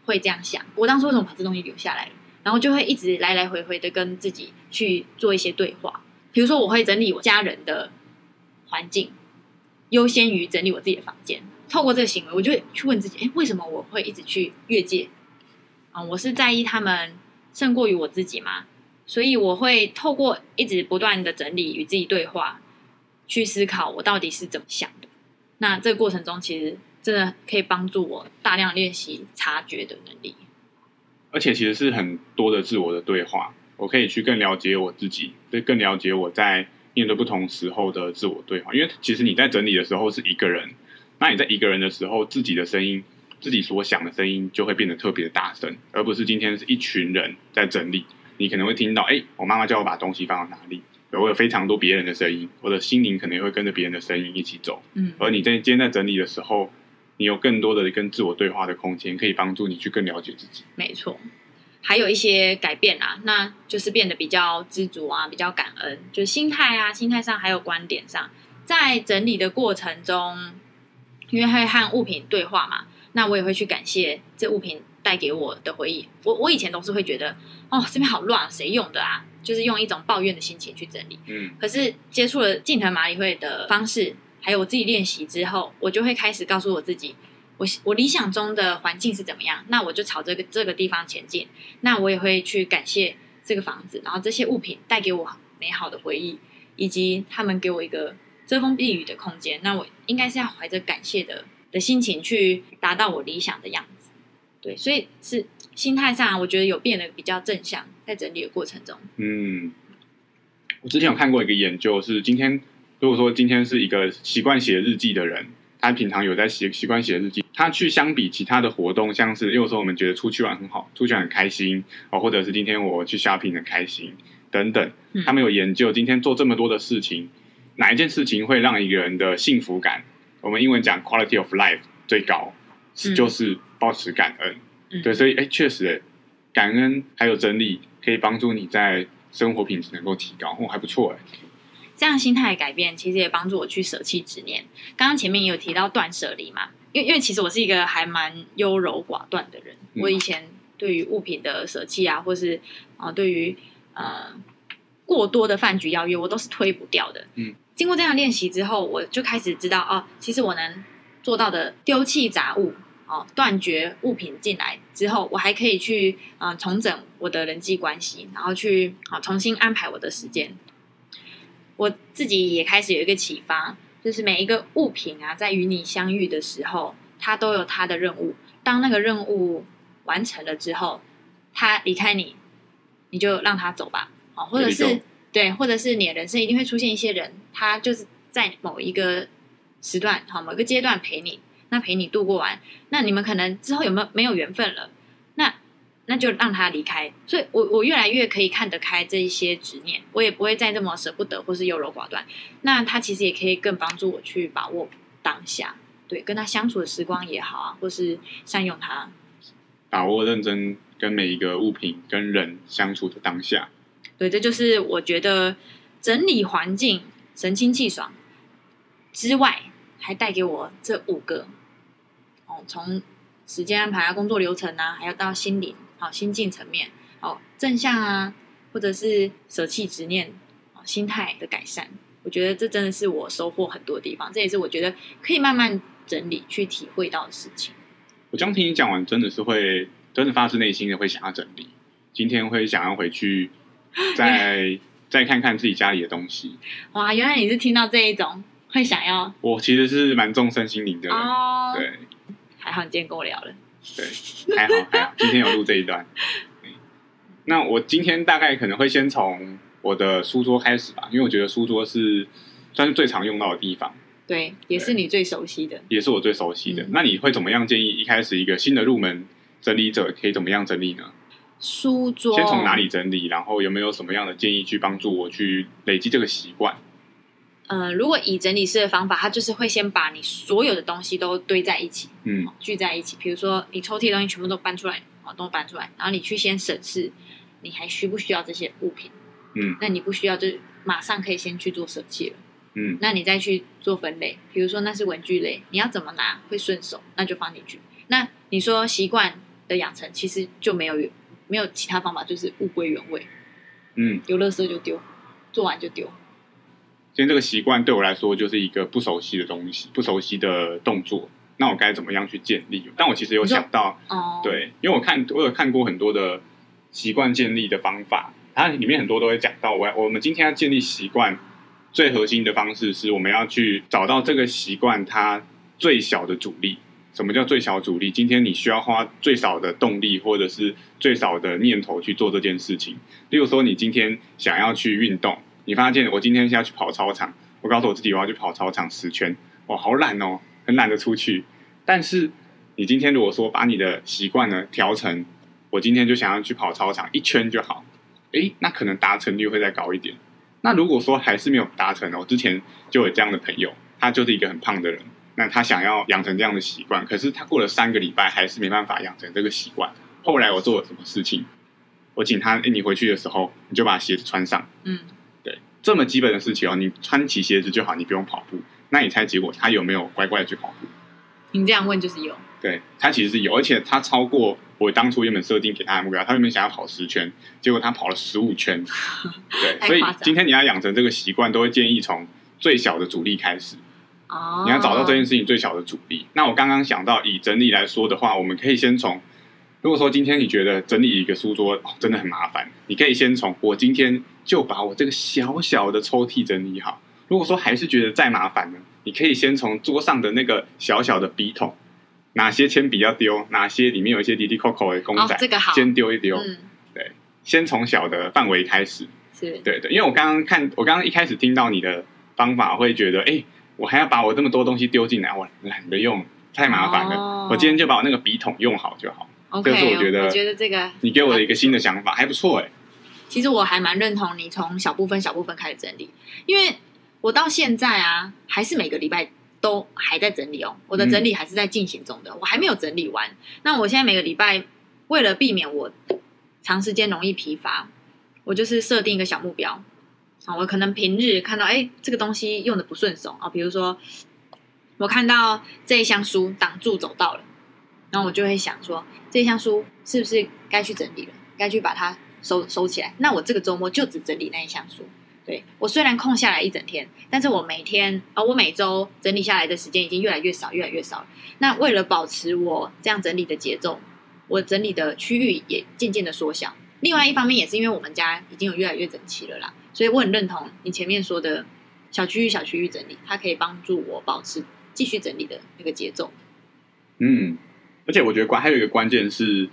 [SPEAKER 2] 会这样想？我当初为什么把这东西留下来？然后就会一直来来回回的跟自己去做一些对话。比如说，我会整理我家人的环境，优先于整理我自己的房间。透过这个行为，我就会去问自己：哎，为什么我会一直去越界？啊、我是在意他们胜过于我自己吗？所以我会透过一直不断的整理与自己对话，去思考我到底是怎么想的。那这个过程中，其实真的可以帮助我大量练习察觉的能力。
[SPEAKER 1] 而且其实是很多的自我的对话，我可以去更了解我自己，就更了解我在面对不同时候的自我对话。因为其实你在整理的时候是一个人，那你在一个人的时候，自己的声音、自己所想的声音就会变得特别大声，而不是今天是一群人在整理，你可能会听到，哎、我妈妈叫我把东西放到哪里。我有非常多别人的声音，我的心灵可能也会跟着别人的声音一起走。
[SPEAKER 2] 嗯
[SPEAKER 1] 而你在今天在整理的时候，你有更多的跟自我对话的空间，可以帮助你去更了解自己。
[SPEAKER 2] 没错，还有一些改变啊，那就是变得比较知足啊，比较感恩，就是心态啊，心态上还有观点上，在整理的过程中，因为会和物品对话嘛，那我也会去感谢这物品带给我的回忆。我我以前都是会觉得，哦，这边好乱啊，谁用的啊？就是用一种抱怨的心情去整理。
[SPEAKER 1] 嗯，
[SPEAKER 2] 可是接触了近藤麻里会的方式，还有我自己练习之后，我就会开始告诉我自己，我我理想中的环境是怎么样，那我就朝这个这个地方前进。那我也会去感谢这个房子，然后这些物品带给我美好的回忆，以及他们给我一个遮风避雨的空间。那我应该是要怀着感谢的的心情去达到我理想的样子。对，所以是心态上，我觉得有变得比较正向，在整理的过程中。
[SPEAKER 1] 嗯，我之前有看过一个研究，是今天如果说今天是一个习惯写日记的人，他平常有在写习惯写日记，他去相比其他的活动，像是有时候我们觉得出去玩很好，出去玩很开心哦，或者是今天我去 shopping 很开心等等
[SPEAKER 2] 嗯，
[SPEAKER 1] 他们有研究今天做这么多的事情，哪一件事情会让一个人的幸福感，我们英文讲 quality of life 最高，是
[SPEAKER 2] 嗯
[SPEAKER 1] 就是保持感恩。
[SPEAKER 2] 嗯，
[SPEAKER 1] 对，所以哎，确实哎，感恩还有整理可以帮助你在生活品质能够提高，哦，还不错哎。
[SPEAKER 2] 这样心态的改变，其实也帮助我去舍弃执念。刚刚前面也有提到断舍离嘛，因为因为其实我是一个还蛮优柔寡断的人，
[SPEAKER 1] 嗯
[SPEAKER 2] 我以前对于物品的舍弃啊，或是啊、呃对于呃过多的饭局邀约，我都是推不掉的。
[SPEAKER 1] 嗯，
[SPEAKER 2] 经过这样的练习之后，我就开始知道哦，其实我能做到的丢弃杂物。哦，断绝物品进来之后，我还可以去呃重整我的人际关系，然后去啊、重新安排我的时间，我自己也开始有一个启发，就是每一个物品啊，在与你相遇的时候，它都有它的任务。当那个任务完成了之后，它离开你，你就让它走吧，啊，或者
[SPEAKER 1] 对
[SPEAKER 2] 是
[SPEAKER 1] 就
[SPEAKER 2] 对，或者是你的人生一定会出现一些人，他就是在某一个时段，好，某一个阶段陪你，那陪你度过完，那你们可能之后有没有没有缘分了，那那就让他离开。所以我我越来越可以看得开这一些执念，我也不会再这么舍不得或是优柔寡断。那他其实也可以更帮助我去把握当下，对，跟他相处的时光也好啊，或是善用他。
[SPEAKER 1] 把握认真跟每一个物品跟人相处的当下，
[SPEAKER 2] 对，这就是我觉得整理环境神清气爽之外，还带给我这五个哦，从时间安排啊、工作流程啊，还有到心灵好、心境层面哦，正向啊，或者是舍弃执念、哦、心态的改善，我觉得这真的是我收获很多的地方，这也是我觉得可以慢慢整理去体会到的事情。
[SPEAKER 1] 我这样听你讲完，真的是会真的发自内心的会想要整理，今天会想要回去再再看看自己家里的东西。
[SPEAKER 2] 哇，原来你是听到这一种会想要
[SPEAKER 1] 我其实是蛮重身心灵的人，
[SPEAKER 2] 哦，
[SPEAKER 1] 对
[SPEAKER 2] 还好你今天跟我聊了。
[SPEAKER 1] 对，还好还好，今天有录这一段。那我今天大概可能会先从我的书桌开始吧，因为我觉得书桌是算是最常用到的地方，
[SPEAKER 2] 对，也是你最熟悉的。
[SPEAKER 1] 也是我最熟悉的。
[SPEAKER 2] 嗯
[SPEAKER 1] 那你会怎么样建议一开始一个新的入门整理者可以怎么样整理呢？
[SPEAKER 2] 书桌
[SPEAKER 1] 先从哪？里整理，然后有没有什么样的建议去帮助我去累积这个习惯？
[SPEAKER 2] 呃，如果以整理师的方法，他就是会先把你所有的东西都堆在一起，
[SPEAKER 1] 嗯
[SPEAKER 2] 聚在一起。比如说，你抽屉的东西全部都搬出来，哦，都搬出来，然后你去先审视，你还需不需要这些物品？
[SPEAKER 1] 嗯
[SPEAKER 2] 那你不需要，就马上可以先去做舍弃了。
[SPEAKER 1] 嗯
[SPEAKER 2] 那你再去做分类，比如说那是文具类，你要怎么拿会顺手，那就放进去。那你说习惯的养成，其实就没有没有其他方法，就是物归原位，
[SPEAKER 1] 嗯，
[SPEAKER 2] 有垃圾就丢，做完就丢。
[SPEAKER 1] 今天这个习惯对我来说就是一个不熟悉的东西，不熟悉的动作。那我该怎么样去建立？但我其实有
[SPEAKER 2] 你说
[SPEAKER 1] 想到，
[SPEAKER 2] 哦，，
[SPEAKER 1] 对，因为我看我有看过很多的习惯建立的方法，它里面很多都会讲到，我我们今天要建立习惯，最核心的方式是我们要去找到这个习惯它最小的阻力。什么叫最小阻力？今天你需要花最少的动力或者是最少的念头去做这件事情。例如说，你今天想要去运动，你发现我今天是要去跑操场，我告诉我自己我要去跑操场十圈，我好懒哦，很懒得出去。但是你今天如果说把你的习惯呢调成，我今天就想要去跑操场一圈就好，诶，那可能达成率会再高一点。那如果说还是没有达成呢，哦我之前就有这样的朋友，他就是一个很胖的人，那他想要养成这样的习惯，可是他过了三个礼拜还是没办法养成这个习惯。后来我做了什么事情？我请他，诶，你回去的时候你就把鞋子穿上，
[SPEAKER 2] 嗯，
[SPEAKER 1] 这么基本的事情哦，你穿起鞋子就好，你不用跑步。那你猜结果他有没有乖乖的去跑步？
[SPEAKER 2] 你这样问就是有，
[SPEAKER 1] 对，他其实是有，而且他超过我当初原本设定给他的目标，他原本想要跑十圈，结果他跑了十五圈。对，
[SPEAKER 2] 太
[SPEAKER 1] 所以
[SPEAKER 2] 夸张
[SPEAKER 1] 今天你要养成这个习惯，都会建议从最小的阻力开始，
[SPEAKER 2] 哦，
[SPEAKER 1] 你要找到这件事情最小的阻力。那我刚刚想到，以整理来说的话，我们可以先从，如果说今天你觉得整理一个书桌、哦真的很麻烦，你可以先从我今天就把我这个小小的抽屉整理好。如果说还是觉得再麻烦呢，你可以先从桌上的那个小小的笔筒哪些铅笔要丢，哪些里面有一些滴滴扣扣的公仔，
[SPEAKER 2] 哦这个好
[SPEAKER 1] 先丢一丢，
[SPEAKER 2] 嗯，
[SPEAKER 1] 先从小的范围开始。
[SPEAKER 2] 是
[SPEAKER 1] 对对，因为我刚刚看，我刚刚一开始听到你的方法，会觉得，哎，我还要把我这么多东西丢进来，我懒得用，太麻烦了。
[SPEAKER 2] 哦
[SPEAKER 1] 我今天就把我那个笔筒用好就好。
[SPEAKER 2] OK，
[SPEAKER 1] 这是我觉得
[SPEAKER 2] 我觉得这个
[SPEAKER 1] 你给我的一个新的想法，还不错哎、
[SPEAKER 2] 其实我还蛮认同你从小部分小部分开始整理，因为我到现在啊，还是每个礼拜都还在整理哦，我的整理还是在进行中的，我还没有整理完。那我现在每个礼拜，为了避免我长时间容易疲乏，我就是设定一个小目标啊，我可能平日看到哎这个东西用的不顺手啊，比如说我看到哎这一箱书挡住走道了，然后我就会想说，这一箱书是不是该去整理了？该去把它收收起来。那我这个周末就只整理那一箱书。对我虽然空下来一整天，但是我每天呃，我每周整理下来的时间已经越来越少，越来越少了。那为了保持我这样整理的节奏，我整理的区域也渐渐的缩小。另外一方面也是因为我们家已经有越来越整齐了啦，所以我很认同你前面说的小区域小区域整理，它可以帮助我保持继续整理的那个节奏。
[SPEAKER 1] 嗯，而且我觉得关还有一个关键是，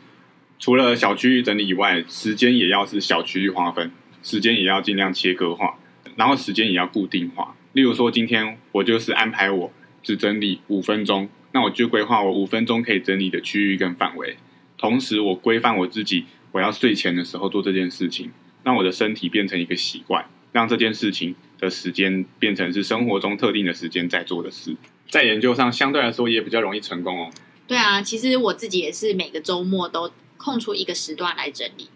[SPEAKER 1] 除了小区域整理以外，时间也要是小区域划分，时间也要尽量切割化，然后时间也要固定化。例如说，今天我就是安排我只整理五分钟，那我就规划我五分钟可以整理的区域跟范围，同时我规范我自己，我要睡前的时候做这件事情，让我的身体变成一个习惯，让这件事情的时间变成是生活中特定的时间在做的事。在研究上，相对来说也比较容易成功哦。
[SPEAKER 2] 对啊，其实我自己也是每个周末都空出一个时段来整理。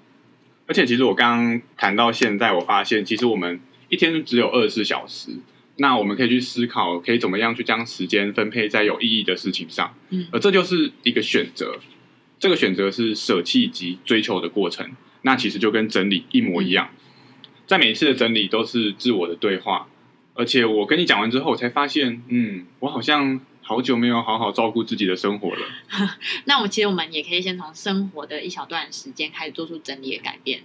[SPEAKER 1] 而且其实我刚刚谈到现在，我发现其实我们一天只有二十四小时，那我们可以去思考，可以怎么样去将时间分配在有意义的事情上，
[SPEAKER 2] 嗯
[SPEAKER 1] 而这就是一个选择。这个选择是舍弃及追求的过程，那其实就跟整理一模一样。在每一次的整理都是自我的对话，而且我跟你讲完之后，我才发现，嗯，我好像好久没有好好照顾自己的生活了。
[SPEAKER 2] 那我其实我们也可以先从生活的一小段时间开始做出整理的改变。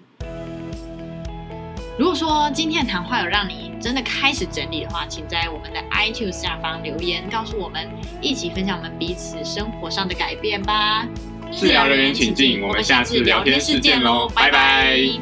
[SPEAKER 2] 如果说今天的谈话有让你真的开始整理的话，请在我们的 iTunes 下方留言，告诉我们，一起分享我们彼此生活上的改变吧。
[SPEAKER 1] 治疗人员请进我们下次聊天室见喽拜拜